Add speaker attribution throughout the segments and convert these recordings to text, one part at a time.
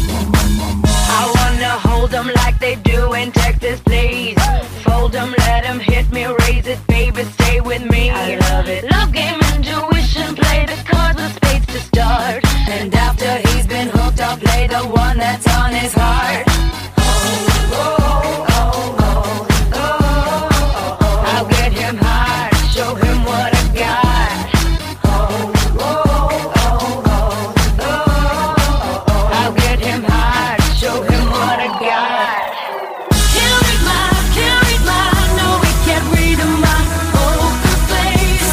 Speaker 1: I wanna hold them like they do in Texas, please. Fold them, let them hit me, raise it, baby, stay with me. I love it. Love game, intuition, play the cards with spades to start. And after he's been hooked, I'll play the one that's on his heart. I'll get him high, show him what I got. I'll get him high, show him what I got. Can't read my, can't read my, no, he can't read my poker face.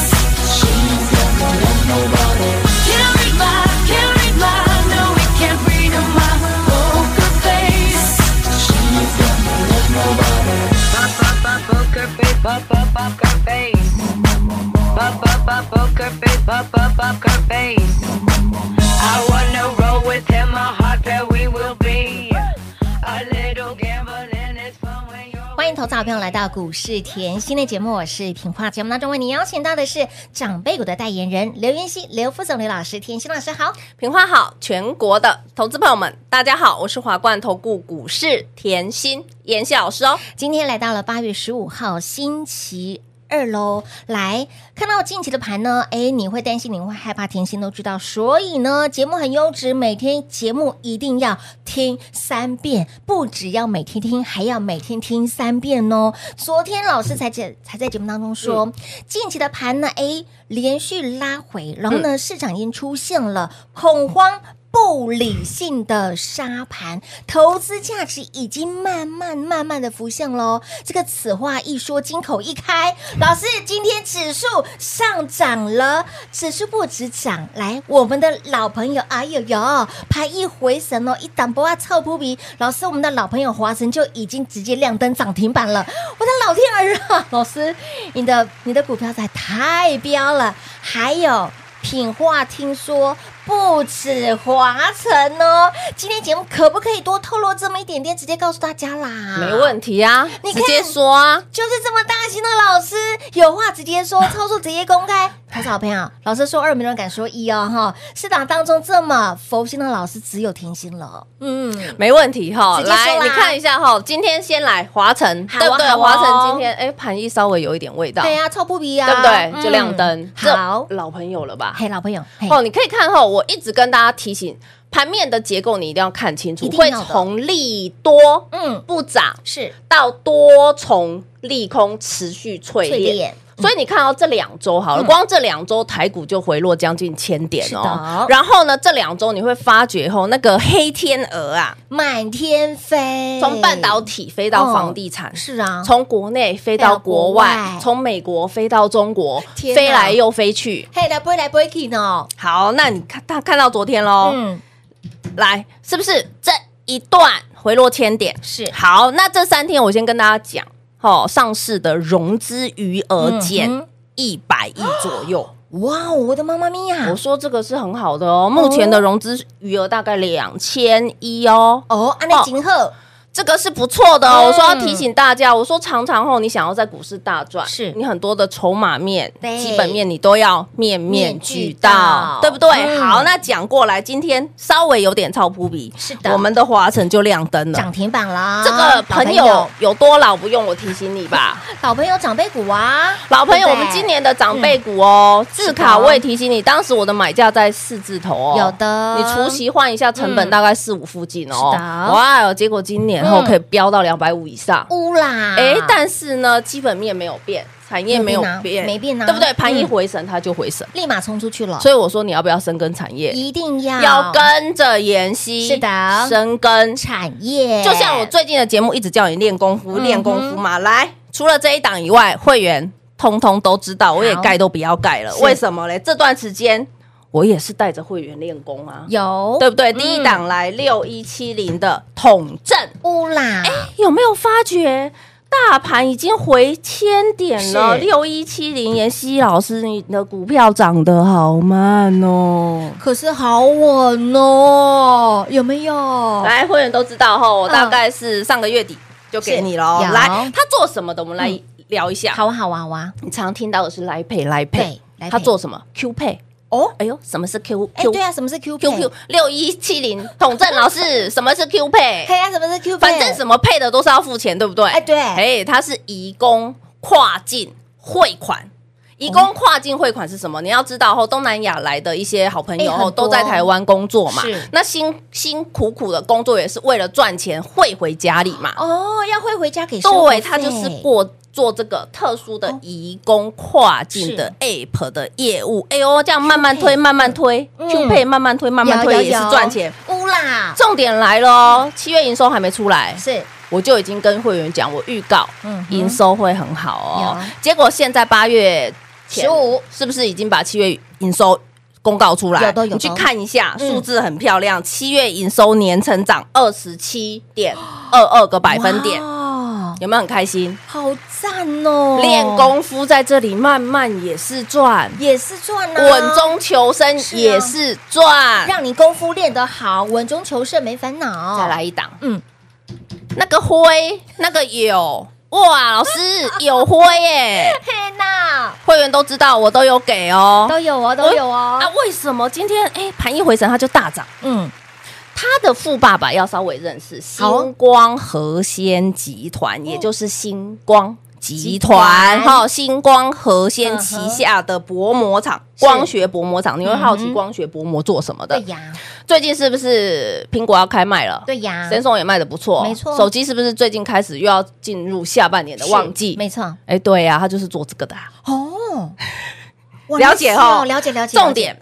Speaker 1: She's never met nobody. Can't read my, can't read my, no, he can't read my poker face. She's never met nobody. Pop, pop, pop, poker face, pop, pop, poker face. Pop, pop, pop, poker face, pop, pop, poker face. I wanna roll with him, a hot pair we will be. A little gambling is fun when you're.
Speaker 2: 欢迎投资好朋友来到股市甜心的节目，我是品化。节目当中为你邀请到的是长辈股的代言人刘云熙、刘副总、刘老师、甜心老师好。
Speaker 3: 平花好，全国的投资朋友们，大家好，我是华冠投顾股市甜心妍希老师哦。
Speaker 2: 今天来到了八月十五号星期。二喽，来看到近期的盘呢，哎，你会担心，你会害怕，甜心都知道，所以呢，节目很优质，每天节目一定要听三遍，不只要每天听，还要每天听三遍哦。昨天老师才节才在节目当中说，近期的盘呢，哎，连续拉回，然后呢，市场已经出现了恐慌。不理性的沙盘，投资价值已经慢慢慢慢的浮现喽。这个此话一说，金口一开，老师，今天指数上涨了，指数不止涨，来，我们的老朋友，哎呦呦，盘一回神哦，一档不啊臭扑鼻，老师，我们的老朋友华晨就已经直接亮灯涨停板了，我的老天儿啊，老师，你的你的股票才太飙了，还有。品话听说不止华晨哦，今天节目可不可以多透露这么一点点，直接告诉大家啦？
Speaker 3: 没问题啊，
Speaker 2: 你
Speaker 3: 直
Speaker 2: 看
Speaker 3: 接说啊，
Speaker 2: 就是这么大心的老师，有话直接说，操作直接公开。投资好朋友，老师说二，没人敢说一哦，哈！市场当中这么佛心的老师只有甜心了，嗯，
Speaker 3: 没问题哈、
Speaker 2: 直接说
Speaker 3: 来，
Speaker 2: 啦
Speaker 3: 你看一下哈、今天先来华晨，
Speaker 2: 好啊
Speaker 3: 对不对？
Speaker 2: 好啊
Speaker 3: 华晨今天哎盘一稍微有一点味道，
Speaker 2: 对呀、臭扑鼻呀，
Speaker 3: 啊对不对？
Speaker 2: 嗯
Speaker 3: 就亮灯，这
Speaker 2: 好，
Speaker 3: 老朋友了吧？
Speaker 2: 嘿，老朋友，嘿，
Speaker 3: 哦，你可以看哈、我一直跟大家提醒，盘面的结构你一定要看清楚，
Speaker 2: 一定
Speaker 3: 会
Speaker 2: 要的
Speaker 3: 从利多
Speaker 2: 嗯，
Speaker 3: 不涨
Speaker 2: 是
Speaker 3: 到多重利空持续淬
Speaker 2: 翠
Speaker 3: 炼。
Speaker 2: 莲，
Speaker 3: 所以你看到这两周好了，
Speaker 2: 嗯
Speaker 3: 光这两周台股就回落将近千点
Speaker 2: 是的
Speaker 3: 哦。然后呢，这两周你会发觉后那个黑天鹅啊，
Speaker 2: 满天飞，
Speaker 3: 从半导体飞到房地产，
Speaker 2: 是啊，
Speaker 3: 从国内飞
Speaker 2: 飞
Speaker 3: 到国
Speaker 2: 到国
Speaker 3: 外
Speaker 2: 外，
Speaker 3: 从美国飞到中国，
Speaker 2: 天哪
Speaker 3: 飞来又飞去。
Speaker 2: 嘿，来不会来不会去呢，
Speaker 3: 好，那你看大看到昨天喽，
Speaker 2: 嗯，
Speaker 3: 来是不是这一段回落千点？
Speaker 2: 是
Speaker 3: 好，那这三天我先跟大家讲，哦，上市的融资余额
Speaker 2: 嗯
Speaker 3: 减
Speaker 2: 哼
Speaker 3: 一百亿左右。
Speaker 2: 哇，我的妈妈咪呀
Speaker 3: 我，说这个是很好的哦，目前的融资余额大概两千一哦，
Speaker 2: 哦，安内今后
Speaker 3: 这个是不错的哦。
Speaker 2: 嗯
Speaker 3: 我说要提醒大家，我说常常后你想要在股市大赚，
Speaker 2: 是
Speaker 3: 你很多的筹码面
Speaker 2: 对、
Speaker 3: 基本面你都要面面俱到
Speaker 2: 面俱到，
Speaker 3: 对不对？
Speaker 2: 嗯
Speaker 3: 好，那讲过来，今天稍微有点超扑鼻，
Speaker 2: 是的
Speaker 3: 我们的华晨就亮灯了。
Speaker 2: 涨停板啦，
Speaker 3: 这个
Speaker 2: 老
Speaker 3: 朋友有多老不用我提醒 你吧，
Speaker 2: 老朋友长辈股啊，
Speaker 3: 老朋友，
Speaker 2: 对
Speaker 3: 我
Speaker 2: 不对
Speaker 3: 们今年的长辈股哦，
Speaker 2: 是
Speaker 3: 自
Speaker 2: 的
Speaker 3: 卡我也提醒你，当时我的买价在四字头哦，
Speaker 2: 有的
Speaker 3: 你除息换一下成本
Speaker 2: 嗯
Speaker 3: 大概四五附近哦
Speaker 2: 是的，
Speaker 3: 哇哦，结果今年后
Speaker 2: 嗯
Speaker 3: 可以飙到两百五以上，
Speaker 2: 乌啦，
Speaker 3: 哎，但是呢，基本面没有变，产业没有
Speaker 2: 没变
Speaker 3: 变，
Speaker 2: 啊没变啊
Speaker 3: 对不对？盘一
Speaker 2: 嗯
Speaker 3: 回神它就回神，
Speaker 2: 立马冲出去了，
Speaker 3: 所以我说你要不要深耕产业？
Speaker 2: 一定要
Speaker 3: 要跟着妍希，
Speaker 2: 是的
Speaker 3: 深耕
Speaker 2: 产业，
Speaker 3: 就像我最近的节目一直叫你练功
Speaker 2: 嗯
Speaker 3: 夫，
Speaker 2: 哼
Speaker 3: 练功夫嘛。来，除了这一档以外，会员通通都知道，我也
Speaker 2: 好
Speaker 3: 盖都不要盖了。
Speaker 2: 是
Speaker 3: 为什么嘞？这段时间我也是带着会员练功啊，
Speaker 2: 有
Speaker 3: 对不对？第一档来六一七零的统正，
Speaker 2: 乌啦，
Speaker 3: 有没有发觉大盘已经回千点了？
Speaker 2: 是
Speaker 3: 六一七零，妍希老师，你的股票涨得好慢哦。
Speaker 2: 可是好稳哦，有没有？
Speaker 3: 来，会员都知道哈，我
Speaker 2: 嗯
Speaker 3: 大概是上个月底就给你了
Speaker 2: 有
Speaker 3: 哦。来，他做什么的？我们来聊一下。
Speaker 2: 好啊，好啊，好啊，
Speaker 3: 嗯你常听到的是来配来
Speaker 2: 对
Speaker 3: 配，，
Speaker 2: 来
Speaker 3: 他
Speaker 2: 陪
Speaker 3: 做什么？Q 配哦，哎呦，什么是 Q
Speaker 2: 哎，
Speaker 3: Q
Speaker 2: 对啊，什么是 Q
Speaker 3: Q Q 六一七零统正老师，什么是 Q 配
Speaker 2: 黑？啊，什么是 Q
Speaker 3: 反正什么配的都是要付钱，对不对？
Speaker 2: 哎对
Speaker 3: 哎，它是移工跨境汇款。移工跨境汇款是什么？你要知道，后东南亚来的一些好朋友
Speaker 2: 哎
Speaker 3: 后
Speaker 2: 很多
Speaker 3: 都在台湾工作嘛
Speaker 2: 是，
Speaker 3: 那辛辛苦苦的工作也是为了赚钱汇回家里嘛。
Speaker 2: 哦，要会回家给生活费
Speaker 3: 对，
Speaker 2: 哦
Speaker 3: 它就是过做这个特殊的移工跨境的 App 的业务。哎呦，这样慢慢推，慢慢推
Speaker 2: 嗯
Speaker 3: ，Q 配慢慢推，慢慢
Speaker 2: 有
Speaker 3: 推
Speaker 2: 有
Speaker 3: 也是
Speaker 2: 有
Speaker 3: 赚钱。
Speaker 2: 乌啦，
Speaker 3: 重点来了哦，七月营收还没出来，
Speaker 2: 是
Speaker 3: 我就已经跟会员讲，我预告
Speaker 2: 嗯哼
Speaker 3: 营收会很好哦
Speaker 2: 有。
Speaker 3: 结果现在八月前
Speaker 2: 15
Speaker 3: 是不是已经把七月营收公告出来？
Speaker 2: 有的有的
Speaker 3: 你去看一下，
Speaker 2: 嗯
Speaker 3: 数字很漂亮，七月营收年成长二十七点二二个百分点，
Speaker 2: 哦，
Speaker 3: 有没有很开心？
Speaker 2: 好赞哦！
Speaker 3: 练功夫在这里慢慢也是赚，
Speaker 2: 也是赚啊，
Speaker 3: 稳中求生
Speaker 2: 是啊
Speaker 3: 也是赚。
Speaker 2: 让你功夫练得好，稳中求胜没烦恼。
Speaker 3: 再来，一档，
Speaker 2: 嗯，
Speaker 3: 那个灰，那个有哇，老师有灰耶，
Speaker 2: 佩娜
Speaker 3: 会员都知道，我都有给哦。
Speaker 2: 都有哦，都有哦
Speaker 3: 那。为什么今天哎盘一回神它就大涨？
Speaker 2: 嗯，
Speaker 3: 它的富爸爸要稍微认识
Speaker 2: 好哦
Speaker 3: 星光和仙集团，也就是星光。集
Speaker 2: 集
Speaker 3: 团
Speaker 2: 团
Speaker 3: 哈，星光和仙旗下的薄膜厂——光学薄膜厂，你会好
Speaker 2: 嗯
Speaker 3: 奇
Speaker 2: 哼
Speaker 3: 光学薄膜做什么的
Speaker 2: 对？呀，
Speaker 3: 最近是不是苹果要开卖了？
Speaker 2: 对呀，
Speaker 3: ，Samsung 也卖的不错，
Speaker 2: 没错
Speaker 3: 手机是不是最近开始又要进入下半年的
Speaker 2: 是
Speaker 3: 旺季？
Speaker 2: 没错。
Speaker 3: 哎，对呀，它就是做这个的啊。
Speaker 2: 哦，哇
Speaker 3: 了解哦
Speaker 2: 那是了解了解。
Speaker 3: 重点，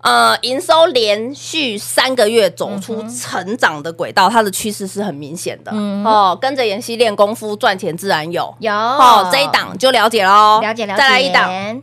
Speaker 3: 呃，营收连续三个月走出成长的轨道，它的趋势是很明显的。
Speaker 2: 嗯
Speaker 3: 哦，跟着妍希练功夫，赚钱自然有。
Speaker 2: 有
Speaker 3: 哦，这一档就了解喽，
Speaker 2: 了解了解，
Speaker 3: 再来一档，，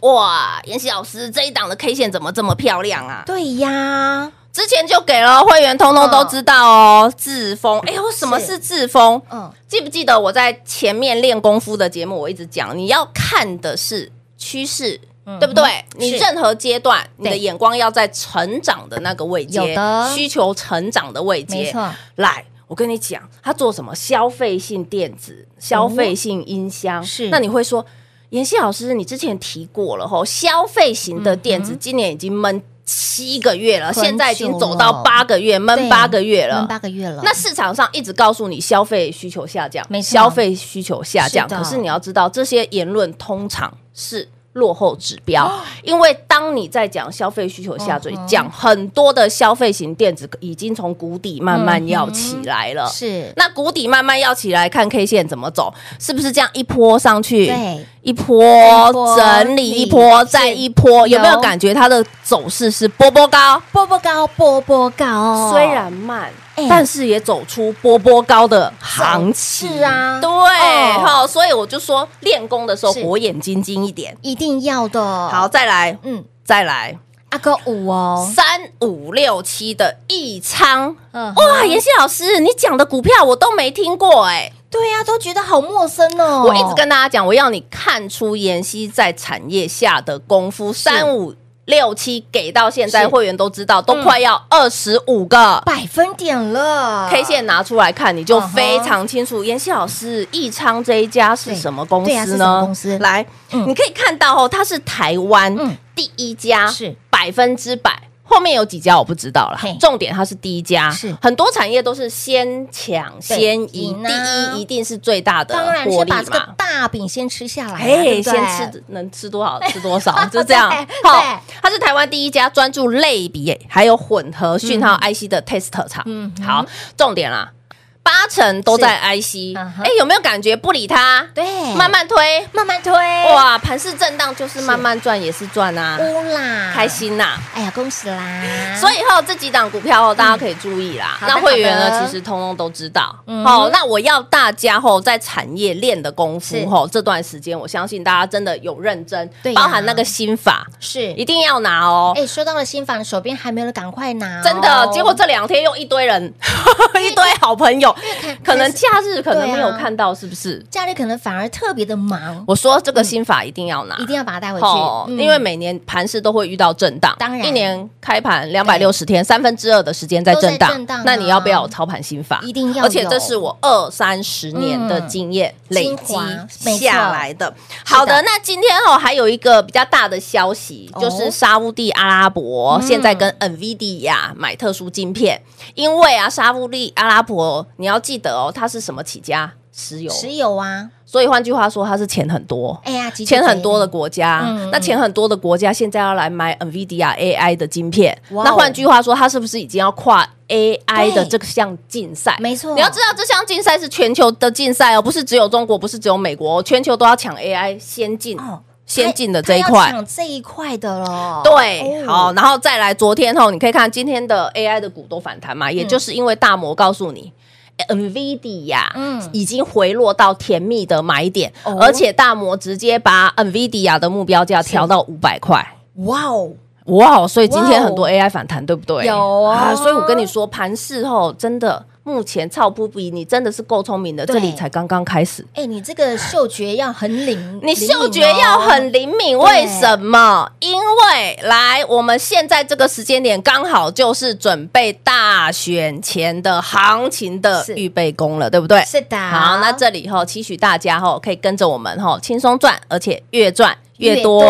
Speaker 3: 哇，妍希老师这一档的 K 线怎么这么漂亮啊？
Speaker 2: 对呀，
Speaker 3: 之前就给了会员，通通都
Speaker 2: 嗯
Speaker 3: 知道哦。自封，哎呦，什么
Speaker 2: 是
Speaker 3: 是自封？
Speaker 2: 嗯，
Speaker 3: 记不记得我在前面练功夫的节目，我一直讲，你要看的是趋势。
Speaker 2: 嗯
Speaker 3: 对不对
Speaker 2: 哼？
Speaker 3: 你
Speaker 2: 是
Speaker 3: 任何阶段，你的
Speaker 2: 对
Speaker 3: 眼光要在成长的那个位
Speaker 2: 有
Speaker 3: 阶
Speaker 2: 的，
Speaker 3: 需求成长的位
Speaker 2: 没
Speaker 3: 阶。
Speaker 2: 错，
Speaker 3: 来，我跟你讲，他做什么？消费性电子、消费性音箱。
Speaker 2: 哦是
Speaker 3: 那你会说，妍希老师，你之前提过了吼，消费型的电子
Speaker 2: 嗯
Speaker 3: 今年已经闷七个月了，
Speaker 2: 很久
Speaker 3: 现在已经走到
Speaker 2: 了
Speaker 3: 八个月，闷
Speaker 2: 对
Speaker 3: 八个月了
Speaker 2: 闷。八个月了，
Speaker 3: 那市场上一直告诉你消费需求下降，
Speaker 2: 嗯没错
Speaker 3: 消费需求下降。
Speaker 2: 是的
Speaker 3: 可是你要知道，这些言论通常是落后指标，
Speaker 2: 哦
Speaker 3: 因为当你在讲消费需求下
Speaker 2: 嗯
Speaker 3: 坠，讲很多的消费型电子已经从谷底慢慢要起来了。
Speaker 2: 是
Speaker 3: 那谷底慢慢要起来，看 K 线怎么走，是不是这样一波上去？
Speaker 2: 对，
Speaker 3: 一
Speaker 2: 一
Speaker 3: 波
Speaker 2: 波
Speaker 3: 整理，
Speaker 2: 理
Speaker 3: 一波
Speaker 2: 是
Speaker 3: 再一波，有没有
Speaker 2: 有
Speaker 3: 感觉它的走势是波波高？
Speaker 2: 波波高，波波高，
Speaker 3: 虽然慢，
Speaker 2: 哎
Speaker 3: 但是也走出波波高的行情。
Speaker 2: 是啊
Speaker 3: 对，
Speaker 2: 哦
Speaker 3: 好、所以我就说练功的时候
Speaker 2: 是
Speaker 3: 火眼金睛一点。
Speaker 2: 一定要的，
Speaker 3: 好，，再来，
Speaker 2: 嗯，
Speaker 3: 再来，
Speaker 2: 阿哥五哦，
Speaker 3: 三五六七的益昌。
Speaker 2: 嗯，
Speaker 3: 哇，妍希老师，你讲的股票我都没听过哎、
Speaker 2: 对呀，都觉得好陌生哦，
Speaker 3: 我一直跟大家讲，我要你看出妍希在产业下的功夫。三五六七给到现在，
Speaker 2: 是嗯
Speaker 3: 会员都知道，都快要二十五个
Speaker 2: 百分点了
Speaker 3: K 线拿出来看，你就
Speaker 2: 啊嗯哼
Speaker 3: 非常清楚。妍希老师，益昌这一家是什么公
Speaker 2: 对对啊是
Speaker 3: 司
Speaker 2: 什么
Speaker 3: 呢？
Speaker 2: 公司
Speaker 3: 来，
Speaker 2: 嗯
Speaker 3: 你可以看到哦，它是台湾
Speaker 2: 嗯
Speaker 3: 第一家，
Speaker 2: 是
Speaker 3: 百分之百。后面有几家我不知道了
Speaker 2: 嘿，
Speaker 3: 重点它是第一家，
Speaker 2: 是
Speaker 3: 很多产业都是先抢
Speaker 2: 对
Speaker 3: 先赢，
Speaker 2: 赢啊
Speaker 3: 第一一定是最大的
Speaker 2: 当然
Speaker 3: 获
Speaker 2: 是
Speaker 3: 利
Speaker 2: 把这
Speaker 3: 嘛
Speaker 2: 个。大饼先吃下来啊，
Speaker 3: 哎，
Speaker 2: 对不
Speaker 3: 先
Speaker 2: 对
Speaker 3: 吃能吃多少吃 多少，就这样
Speaker 2: 对。对
Speaker 3: 好，它是台湾第一家专注类比还有混合讯号 IC 的 test 厂。
Speaker 2: 嗯哼
Speaker 3: 好，重点啦，八成都在 IC。
Speaker 2: 嗯哼
Speaker 3: 哎，有没有感觉不理它？
Speaker 2: 对，
Speaker 3: 慢慢推。
Speaker 2: 慢慢推，
Speaker 3: 啊，盘势震荡就是慢慢赚也是赚啊，
Speaker 2: 乌啦，
Speaker 3: 开，心呐、
Speaker 2: 哎呀，恭喜啦！
Speaker 3: 所以后这几档股票哦，大家可以注意啦。
Speaker 2: 啊嗯好的
Speaker 3: 那会员
Speaker 2: 好的
Speaker 3: 呢，其实通通都知道。
Speaker 2: 嗯
Speaker 3: 好，那我要大家吼在产业链的功
Speaker 2: 是
Speaker 3: 夫吼，这段时间我相信大家真的有认真
Speaker 2: 对，呀
Speaker 3: 包含那个心法
Speaker 2: 是
Speaker 3: 一定要拿哦。
Speaker 2: 哎，说到了新房，手边还没有，赶快拿哦，
Speaker 3: 真的，结果这两天又一 堆人，一堆好朋友
Speaker 2: 看，
Speaker 3: 可能
Speaker 2: 开始
Speaker 3: 假日可能
Speaker 2: 对啊
Speaker 3: 没有看到，是不是？
Speaker 2: 假日可能反而特别的忙，
Speaker 3: 我说这个心法一定要拿，
Speaker 2: 一定要把它带回去
Speaker 3: 哦，，
Speaker 2: 嗯
Speaker 3: 因为每年盘市都会遇到震荡，
Speaker 2: 当然
Speaker 3: 一年开盘两百六十天，三分之二的时间在震
Speaker 2: 都在震
Speaker 3: 荡
Speaker 2: 荡啊，
Speaker 3: 那你要不要有操盘心法？
Speaker 2: 一定要有
Speaker 3: 而且这是我二三十年的经验
Speaker 2: 嗯
Speaker 3: 累
Speaker 2: 精华
Speaker 3: 积下来的。
Speaker 2: 错
Speaker 3: 好的，那今天哦，还有一个比较大的消息，
Speaker 2: 哦
Speaker 3: 就是沙乌地阿拉伯
Speaker 2: 嗯
Speaker 3: 现在跟 NVIDIA 买特殊晶片，因为啊，沙乌地阿拉伯你要记得哦，它是什么起家？石油，
Speaker 2: 石油啊，
Speaker 3: 所以换句话说，它是钱很多。
Speaker 2: 哎呀，急
Speaker 3: 钱很多的
Speaker 2: 急
Speaker 3: 国家，
Speaker 2: 嗯
Speaker 3: 那钱很多的国家现在要来买 NVIDIA AI 的晶片，
Speaker 2: 哇哦
Speaker 3: 那换句话说，它是不是已经要跨 AI 的
Speaker 2: 对
Speaker 3: 这项竞赛？
Speaker 2: 没错
Speaker 3: 你要知道这项竞赛是全球的竞赛哦，不是只有中国，不是只有美国哦，全球都要抢 AI 先进、
Speaker 2: 哦
Speaker 3: 先进的
Speaker 2: 他
Speaker 3: 这一
Speaker 2: 他要
Speaker 3: 块。
Speaker 2: 抢这一块的喽，
Speaker 3: 对，
Speaker 2: 哦
Speaker 3: 好，然后再来昨天后，你可以看今天的 AI 的股都反弹
Speaker 2: 嗯
Speaker 3: 嘛，也就是因为大摩告诉你。NVIDIA 呃
Speaker 2: 嗯
Speaker 3: 已经回落到甜蜜的买点，
Speaker 2: 哦
Speaker 3: 而且大摩直接把呃 NVIDIA 的目标价调到五百块，
Speaker 2: 哇哦，
Speaker 3: 哇！所以今天
Speaker 2: 哇哦
Speaker 3: 很多 AI 反弹，对不对？啊
Speaker 2: 有哦
Speaker 3: 所以我跟你说，盘市后真的目前操不比你真的是够聪明的，
Speaker 2: 对
Speaker 3: 这里才刚刚开始。
Speaker 2: 哎，你这个嗅觉要很灵，
Speaker 3: 你
Speaker 2: 灵敏哦
Speaker 3: 嗅觉要很灵敏，哦为什么？因为来，我们现在这个时间点刚好就是准备大选前的行情的
Speaker 2: 是
Speaker 3: 预备功了，对不对？
Speaker 2: 哦是的，
Speaker 3: 好，那这里哈，期许大家哈，可以跟着我们哈，轻松赚，而且越赚越多。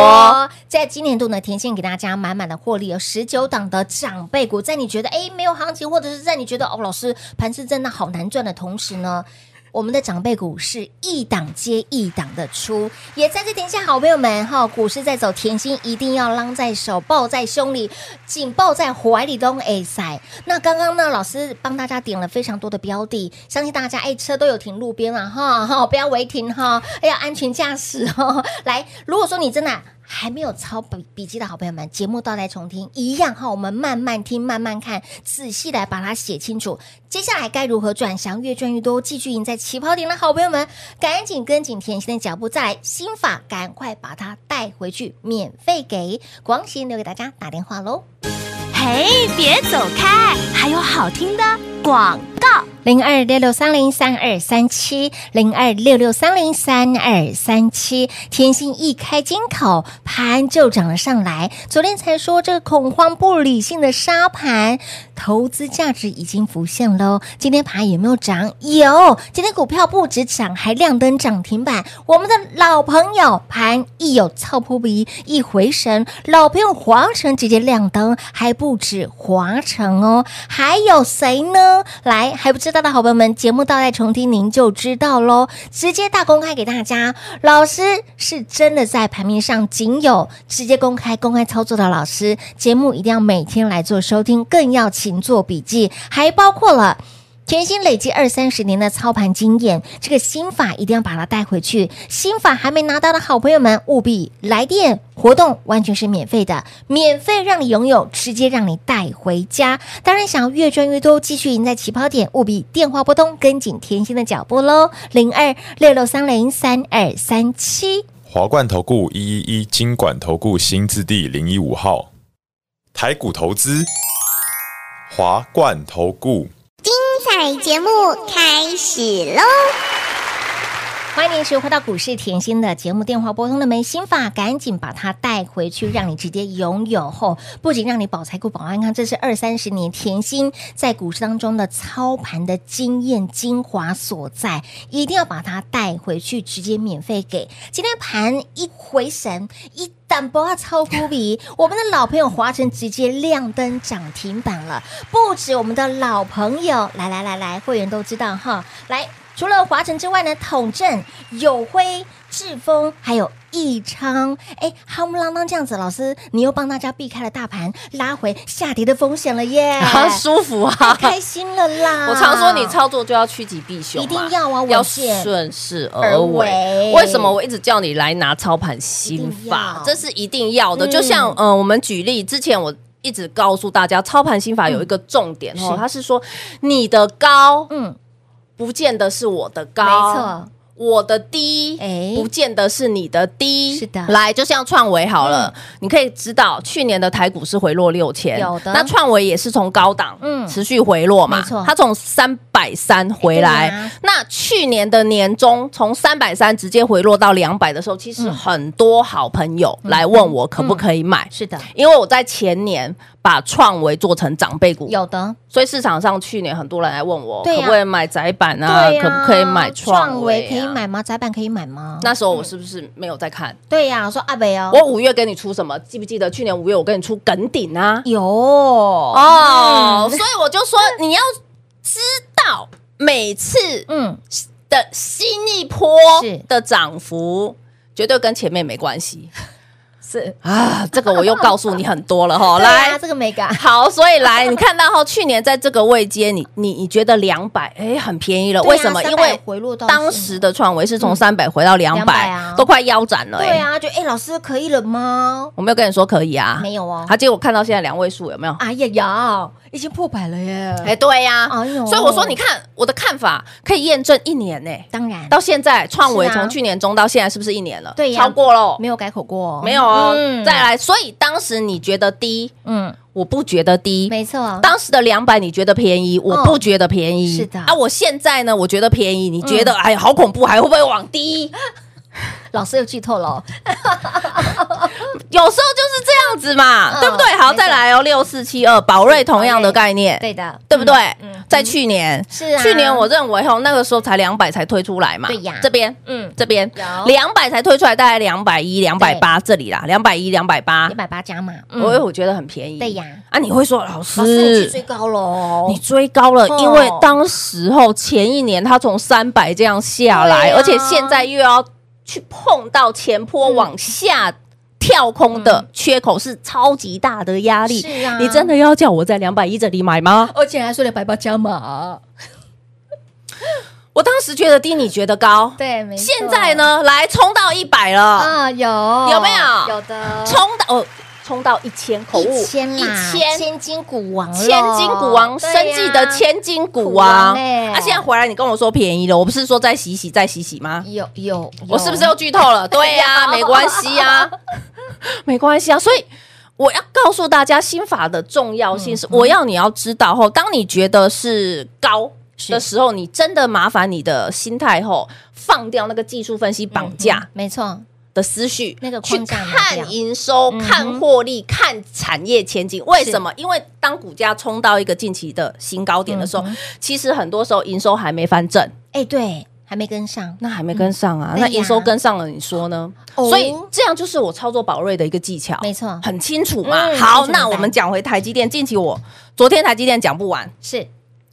Speaker 2: 在今年度呢，甜心给大家满满的获利，有十九档的长辈股，在你觉得哎没有行情，或者是在你觉得哦老师盘势真的好难赚的同时呢。我们的长辈股是一档接一档的出，也再次提醒好朋友们哈，股市在走，甜心一定要浪在手，抱在胸里，紧抱在怀里都哎塞。那刚刚呢，老师帮大家点了非常多的标的，相信大家哎车都有停路边了哈，哈不要违停哈，哎要安全驾驶哦。来，如果说你真的啊还没有抄笔笔记的好朋友们，节目倒带重听一样哈，我们慢慢听，慢慢看，仔细来把它写清楚。接下来该如何转强，越赚越多，继续赢在起跑点的好朋友们，赶紧跟紧甜心的脚步，再来心法，赶快把它带回去，免费给广喜留给大家打电话喽。
Speaker 4: 嘿，别走开，还有好听的广告。
Speaker 2: 零二六六三零三二三七，零二六六三零三二三七。甜心一开金口，盘就涨了上来。昨天才说这个恐慌不理性的沙盘，投资价值已经浮现喽。今天盘有没有涨？有，今天股票不止涨，还亮灯涨停板。我们的老朋友盘一有操扑鼻，一回神，老朋友华晨直接亮灯，还不止华晨哦，还有谁呢？来，还不知道的好朋友们，节目倒带重听您就知道喽，直接大公开给大家。老师是真的在盘面上仅有直接公开、公开操作的老师，节目一定要每天来做收听，更要勤做笔记，还包括了。甜心累积二三十年的操盘经验，这个心法一定要把它带回去。心法还没拿到的好朋友们，务必来电活动，完全是免费的，免费让你拥有，直接让你带回家。当然，想要越赚越多，继续赢在起跑点，务必电话拨通，跟紧甜心的脚步喽，零二六六三零三二三七。
Speaker 5: 华冠投顾一一一金管投顾新字第零一五号，台股投资，华冠投顾。
Speaker 6: 彩节目开始喽！
Speaker 2: 欢迎您收回到股市甜心的节目，电话拨通了没？心法赶紧把它带回去，让你直接拥有后，不仅让你保财库、保安康，这是二三十年甜心在股市当中的操盘的经验精华所在，一定要把它带回去，直接免费给。今天盘一回神，一淡薄啊超扑鼻， 我们的老朋友华晨直接亮灯涨停板了，不止我们的老朋友，来来来来，会员都知道哈，来。除了华晨之外呢，统正、友辉、志峰还有益昌，哎，夯不啷当这样子，老师你又帮大家避开了大盘拉回下跌的风险了耶，
Speaker 3: 好舒服
Speaker 2: 太
Speaker 3: 啊！
Speaker 2: 开心了啦！
Speaker 3: 我常说，你操作就要趋吉避凶嘛，
Speaker 2: 一定要啊
Speaker 3: 要
Speaker 2: 稳健
Speaker 3: 顺势而为
Speaker 2: 而为。
Speaker 3: 为什么我一直叫你来拿操盘心
Speaker 2: 一定
Speaker 3: 法
Speaker 2: 要？
Speaker 3: 这是一定要的。
Speaker 2: 嗯
Speaker 3: 就像呃，我们举例之前我。一直告诉大家，操盘心法有一个重点哦，它是说你的高
Speaker 2: 嗯，
Speaker 3: 不见得是我的高，
Speaker 2: 没错，
Speaker 3: 我的低，
Speaker 2: 哎
Speaker 3: 不见得是你的低，
Speaker 2: 是的嗯
Speaker 3: 来，就像创维好了，你可以知道去年的台股是回落六千，
Speaker 2: 有的
Speaker 3: 那创维也是从高档，
Speaker 2: 嗯
Speaker 3: 嗯，持续回落嘛，
Speaker 2: 没错
Speaker 3: 它从三百三回
Speaker 2: 对啊
Speaker 3: 来，那去年的年中从三百三直接回落到两百的时候，其实很多好朋友来问我可不可以买，
Speaker 2: 嗯是的，
Speaker 3: 因为我在前年把创维做成长辈股，
Speaker 2: 有的，
Speaker 3: 所以市场上去年很多人来问我，
Speaker 2: 对啊
Speaker 3: 可不可以买窄板啊？
Speaker 2: 对呀
Speaker 3: 可不可以买
Speaker 2: 创
Speaker 3: 创维、啊
Speaker 2: 维可以。买吗？窄板可以买吗？
Speaker 3: 那时候我是不是没有在看？
Speaker 2: 对呀，我说阿北哦，
Speaker 3: 我五月跟你出什么？记不记得去年五月我跟你出梗顶啊？
Speaker 2: 有
Speaker 3: 哦，所以我就说你要知道每次
Speaker 2: 嗯，
Speaker 3: 的新一波
Speaker 2: 是
Speaker 3: 的涨幅绝对跟前面没关系
Speaker 2: 是
Speaker 3: 啊！这个我又告诉你很多了哈， 啊
Speaker 2: 好
Speaker 3: 来
Speaker 2: 这个美感，
Speaker 3: 好，所以来，你看到后去年在这个位阶，你你你觉得两百，哎，很便宜了，
Speaker 2: 对啊
Speaker 3: 为什么？
Speaker 2: 300
Speaker 3: 因为
Speaker 2: 回落到
Speaker 3: 当时的创维是从三百回到嗯两
Speaker 2: 200
Speaker 3: 百、
Speaker 2: 啊
Speaker 3: 都快腰斩了、哎，
Speaker 2: 对啊，就哎，老师可以了吗？
Speaker 3: 我没有跟你说可以啊，
Speaker 2: 没有哦
Speaker 3: 啊，结果看到现在两位数有没有？
Speaker 2: 哎呀呀，已经破百了耶！
Speaker 3: 哎，对呀、
Speaker 2: 哎呦
Speaker 3: 所以我说，你看我的看法可以验证一年呢、
Speaker 2: 当然
Speaker 3: 到现在创维
Speaker 2: 嗯是啊
Speaker 3: 从去年中到现在是不是一年了？
Speaker 2: 对呀
Speaker 3: 超过喽，
Speaker 2: 没有改口过，
Speaker 3: 没有哦。
Speaker 2: 嗯
Speaker 3: 再，来，所以当时你觉得低，
Speaker 2: 嗯，
Speaker 3: 我不觉得低，
Speaker 2: 没错，
Speaker 3: 当时的两百你觉得便宜，我不觉得便宜。
Speaker 2: 是的嗯
Speaker 3: 啊，我现在呢，我觉得便宜，你觉得、哎呀好恐怖，还会不会往 低？
Speaker 2: 老师又剧透了哦，
Speaker 3: 有时候就是这样子嘛，
Speaker 2: 嗯
Speaker 3: 对不对？
Speaker 2: 没
Speaker 3: 好，
Speaker 2: 错
Speaker 3: 再来哦，六四七二宝瑞同样的概念，
Speaker 2: 对的，
Speaker 3: 对不对？
Speaker 2: 嗯嗯
Speaker 3: 在去年
Speaker 2: 是啊
Speaker 3: 哎去年我认为哦，那个时候才两百才推出来嘛，
Speaker 2: 对呀
Speaker 3: 这边。
Speaker 2: 嗯，
Speaker 3: 这边
Speaker 2: 有
Speaker 3: 两百才推出来，大概两百一、两百八这里啦，两百一、两百八
Speaker 2: 一，百八加码，嗯
Speaker 3: 我我觉得很便宜。
Speaker 2: 对呀
Speaker 3: 啊，你会说老
Speaker 2: 老师你
Speaker 3: 师
Speaker 2: 去，最高喽，
Speaker 3: 你追高了，
Speaker 2: 哦
Speaker 3: 因为当时候前一年它从三百这样下来，
Speaker 2: 对啊
Speaker 3: 而且现在又要去碰到前坡往下。跳空的缺口是超级大的压力，
Speaker 2: 嗯是啊
Speaker 3: 你真的要叫我在两百一这里买吗？
Speaker 2: 而且还说了百八加码，
Speaker 3: 我当时觉得低，你觉得高，
Speaker 2: 对，没错
Speaker 3: 现在？呢，来冲到一百了，
Speaker 2: 啊，有
Speaker 3: 有没有
Speaker 2: 有的，
Speaker 3: 冲到哦，冲到一千，口误，
Speaker 2: 一千啦，
Speaker 3: 一千
Speaker 2: 千金股王咯，
Speaker 3: 千金股王，
Speaker 2: 对
Speaker 3: 生
Speaker 2: 呀
Speaker 3: 计的千金股
Speaker 2: 股王
Speaker 3: 王，
Speaker 2: 欸
Speaker 3: 啊，现在回来你跟我说便宜了，我不是说再洗洗再洗洗吗？
Speaker 2: 有有，
Speaker 3: 我是不是又剧透了？对 呀、没关系呀、没关系啊。所以我要告诉大家，心法的重要性
Speaker 2: 嗯
Speaker 3: 是，我要你要知道后，当你觉得是高。的时候，你真的麻烦你的心态后，放掉那个技术分析绑架
Speaker 2: 没错，
Speaker 3: 的思绪，
Speaker 2: 嗯那个
Speaker 3: 去
Speaker 2: 框架拿掉嗯
Speaker 3: 看营收、看获利、看产业前景。为什么？因为当股价冲到一个近期的新高点的
Speaker 2: 嗯
Speaker 3: 时候，其实很多时候营收还没翻正，
Speaker 2: 哎，对，还没跟上，
Speaker 3: 那还没跟上啊，
Speaker 2: 嗯
Speaker 3: 那
Speaker 2: 对呀
Speaker 3: 营收跟上了，你说呢？
Speaker 2: 哦
Speaker 3: 所以这样就是我操作宝瑞的一个技巧，
Speaker 2: 没错
Speaker 3: 很清楚嘛。
Speaker 2: 嗯清
Speaker 3: 好，
Speaker 2: 楚
Speaker 3: 那
Speaker 2: 明白
Speaker 3: 我们讲回台积电，近期我昨天台积电讲不完，
Speaker 2: 是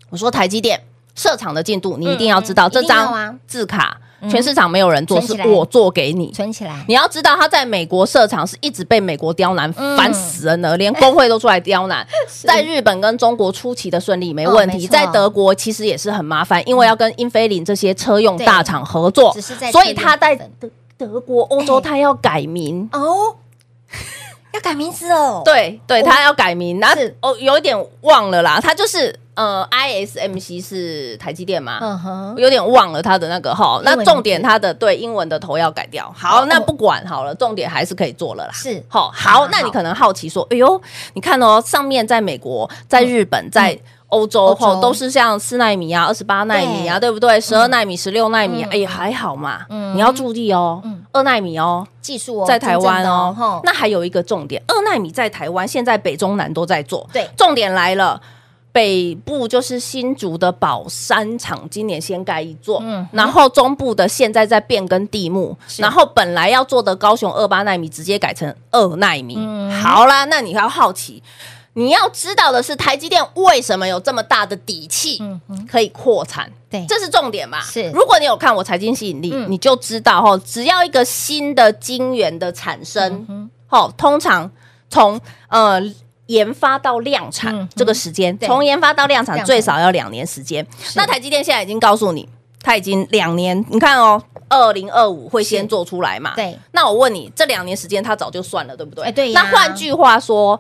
Speaker 3: 我说台积电设厂的进度，你一定要知道、
Speaker 2: 嗯
Speaker 3: 这
Speaker 2: 一定要啊
Speaker 3: 张字卡，全市场没有人做，
Speaker 2: 存
Speaker 3: 是
Speaker 2: 起来
Speaker 3: 我做给你。
Speaker 2: 存起来，
Speaker 3: 你要知道，他在美国设厂是一直被美国刁难，烦死人了，连工会都出来刁难。在日本跟中国初期的顺利没问
Speaker 2: 哦没
Speaker 3: 题，
Speaker 2: 错
Speaker 3: 在德国其实也是很麻烦，因为要跟英菲林这些车用大厂合作
Speaker 2: 只是在，
Speaker 3: 所以他在
Speaker 2: 车用
Speaker 3: 德德国、欧洲他要改名。
Speaker 2: 哦， 要改名字哦，
Speaker 3: 对对，
Speaker 2: 哦
Speaker 3: 他要改名，那
Speaker 2: 是
Speaker 3: 哦有一点忘了啦，他就是呃 ISMC 是台积电嘛，
Speaker 2: 嗯哼，
Speaker 3: 有点忘了他的那个哈，
Speaker 2: 英文
Speaker 3: 那
Speaker 2: 名字
Speaker 3: 重点他的对英文的头要改掉。好，那不管好了，重点还是可以做了啦。
Speaker 2: 是
Speaker 3: 好，
Speaker 2: 好
Speaker 3: 好，那你可能好奇说，哎呦，你看哦，上面在美国、在日本、在欧
Speaker 2: 嗯欧
Speaker 3: 洲
Speaker 2: 洲
Speaker 3: 吼，都是像四纳米啊、二十八纳米啊，对不对？
Speaker 2: 嗯
Speaker 3: 十二纳米、十六纳米啊，哎，还好嘛。你要注意哦，
Speaker 2: 嗯
Speaker 3: 二纳米哦，
Speaker 2: 技术哦，
Speaker 3: 在台湾
Speaker 2: 真正的
Speaker 3: 哦
Speaker 2: 吼。
Speaker 3: 那还有一个重点，二纳米在台湾，现在北中南都在做。
Speaker 2: 对
Speaker 3: 重点来了。北部就是新竹的宝山厂，今年先盖一座，
Speaker 2: 嗯
Speaker 3: 然后中部的现在在变更地目，然后本来
Speaker 2: 嗯
Speaker 3: 要做的高雄二八纳米直接改成二纳米。好啦，那你要好奇，你要知道的是，台积电为什么有这么大的底气
Speaker 2: 嗯哼，
Speaker 3: 可以扩产？
Speaker 2: 对
Speaker 3: 这是重点嘛？
Speaker 2: 是
Speaker 3: 如果你有看我财经吸引力，
Speaker 2: 嗯
Speaker 3: 你就知道哈，只要一个新的晶圆的产
Speaker 2: 嗯
Speaker 3: 生，哦，通常从呃。研发到量产、
Speaker 2: 嗯
Speaker 3: 这个时间，
Speaker 2: 对
Speaker 3: 从研发到量产
Speaker 2: 量产
Speaker 3: 最少要两年时间。那台积电现在已经告诉你，它已经两年，你看哦，二零二五会先做出来嘛？
Speaker 2: 对。
Speaker 3: 那我问你，这两年时间它早就算了，对不对？
Speaker 2: 哎对呀
Speaker 3: 那换句话说，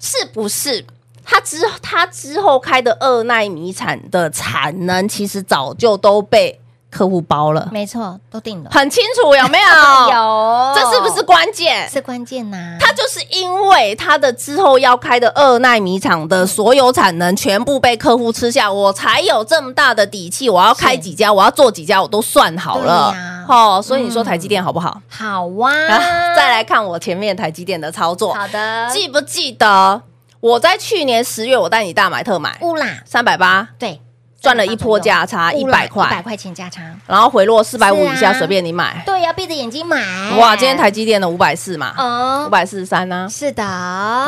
Speaker 3: 是不是它之它之后开的二奈米产的产能，其实早就都被客户包了，
Speaker 2: 没错，都定了，
Speaker 3: 很清楚有没有？，
Speaker 2: 有
Speaker 3: 这是不是关键？
Speaker 2: 是关键呐？
Speaker 3: 它就是因为它的之后要开的二奈米厂
Speaker 2: 嗯
Speaker 3: 的所有产能全部被客户吃下，我才有这么大的底气。我要开几家，我要做几家，我都算好了
Speaker 2: 对呀。
Speaker 3: 哦，所以你说台积电好不好？
Speaker 2: 好哇
Speaker 3: 啊， 再来看我前面台积电的操作，
Speaker 2: 好的，
Speaker 3: 记不记得我在去年十月我带你大买特买
Speaker 2: 乌啦，
Speaker 3: 三百八，
Speaker 2: 对，
Speaker 3: 赚了一波价差一百
Speaker 2: 一百
Speaker 3: 块，
Speaker 2: 块钱价差，
Speaker 3: 然后回落四百五
Speaker 2: 是啊
Speaker 3: 以下随便你买。
Speaker 2: 对呀，闭着眼睛买。
Speaker 3: 哇，今天台积电的五百四嘛，五
Speaker 2: 哦，
Speaker 3: 百四十三呢。
Speaker 2: 是的，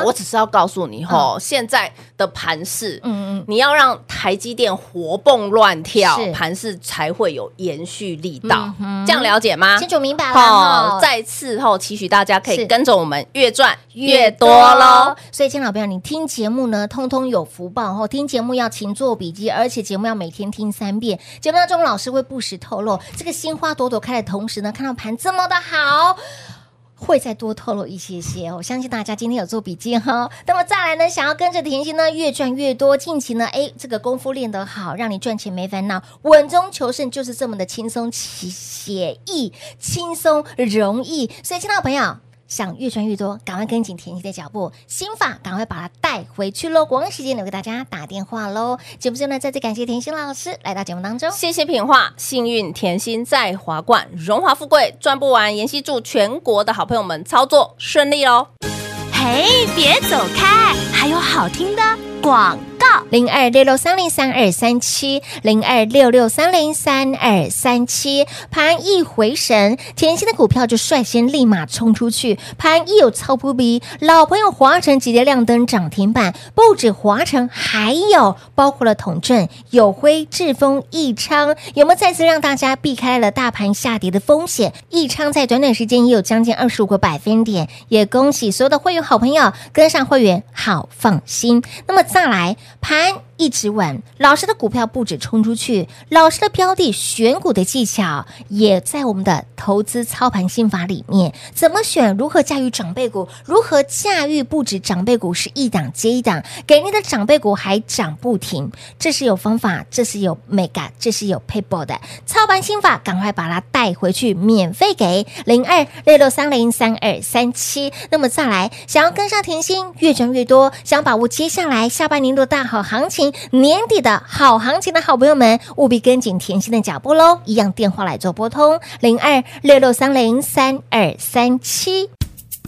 Speaker 3: 我只是要告诉你吼，现在的盘势，
Speaker 2: 嗯嗯嗯
Speaker 3: 你要让台积电活蹦乱跳
Speaker 2: 是，
Speaker 3: 盘势才会有延续力道
Speaker 2: 嗯哼。
Speaker 3: 这样了解吗
Speaker 2: 嗯，？清楚明白了
Speaker 3: 好，
Speaker 2: 哈。
Speaker 3: 再次后期许大家可
Speaker 2: 是
Speaker 3: 以跟着我们越赚越多喽。。
Speaker 2: 所以，亲爱老朋友，你听节目呢，通通有福报哦。听节目要勤做笔记，而且节目要每天听三遍。节目当中，老师会不时透露这个鲜花朵朵开的同时呢，看到盘这么的好。会再多透露一些些，我相信大家今天有做笔记哈。 那么再来呢，想要跟着甜心呢越赚越多，近期呢，哎，这个功夫练得好，让你赚钱没烦恼，稳中求胜就是这么的轻松起写意，轻松容易。所以，亲爱的朋友。想越赚越多，赶快跟紧甜心的脚步，心法赶快把它带回去喽！广告时间留给大家打电话喽。节目最后呢，再次感谢甜心老师来到节目当中。
Speaker 3: 谢谢品画，幸运甜心在华冠，荣华富贵赚不完。妍希祝全国的好朋友们操作顺利喽！
Speaker 4: 嘿，别走开，还有好听的广告。
Speaker 2: 零二六六三零三二三七，零二六六三零三二三七。盘一回神，甜心的股票就率先立马冲出去。盘一有超扑鼻，老朋友华晨直接亮灯涨停板，不止华晨，还有包括了统正、友辉、智峰、益昌，有没有再次让大家避开了大盘下跌的风险？益昌在短短时间也有将近二十五个百分点，也恭喜所有的会员好朋友跟上会员，好放心。那么再来盘一直稳，老师的股票不止冲出去，老师的标的选股的技巧也在我们的投资操盘心法里面。怎么选？如何驾驭长辈股？如何驾驭不止长辈股是一档接一档，给你的长辈股还涨不停？这是有方法，这是有美感，这是有 paper 的操盘心法，赶快把它带回去，免费给零二六六三零三二三七。那么再来，想要跟上甜心，越赚越多，想把握接下来下半年度大好行情，年底的好行情的好朋友们，务必跟紧甜心的脚步喽！一样电话来做拨通零二六六三零三二三七。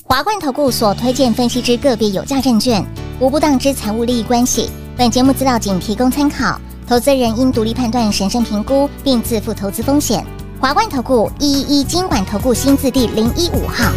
Speaker 6: 华冠投顾所推荐分析之个别有价证券，无不当之财务利益关系。本节目资料仅提供参考，投资人应独立判断、审慎评估，并自负投资风险。华冠投顾一一一金管投顾新字第零一五号。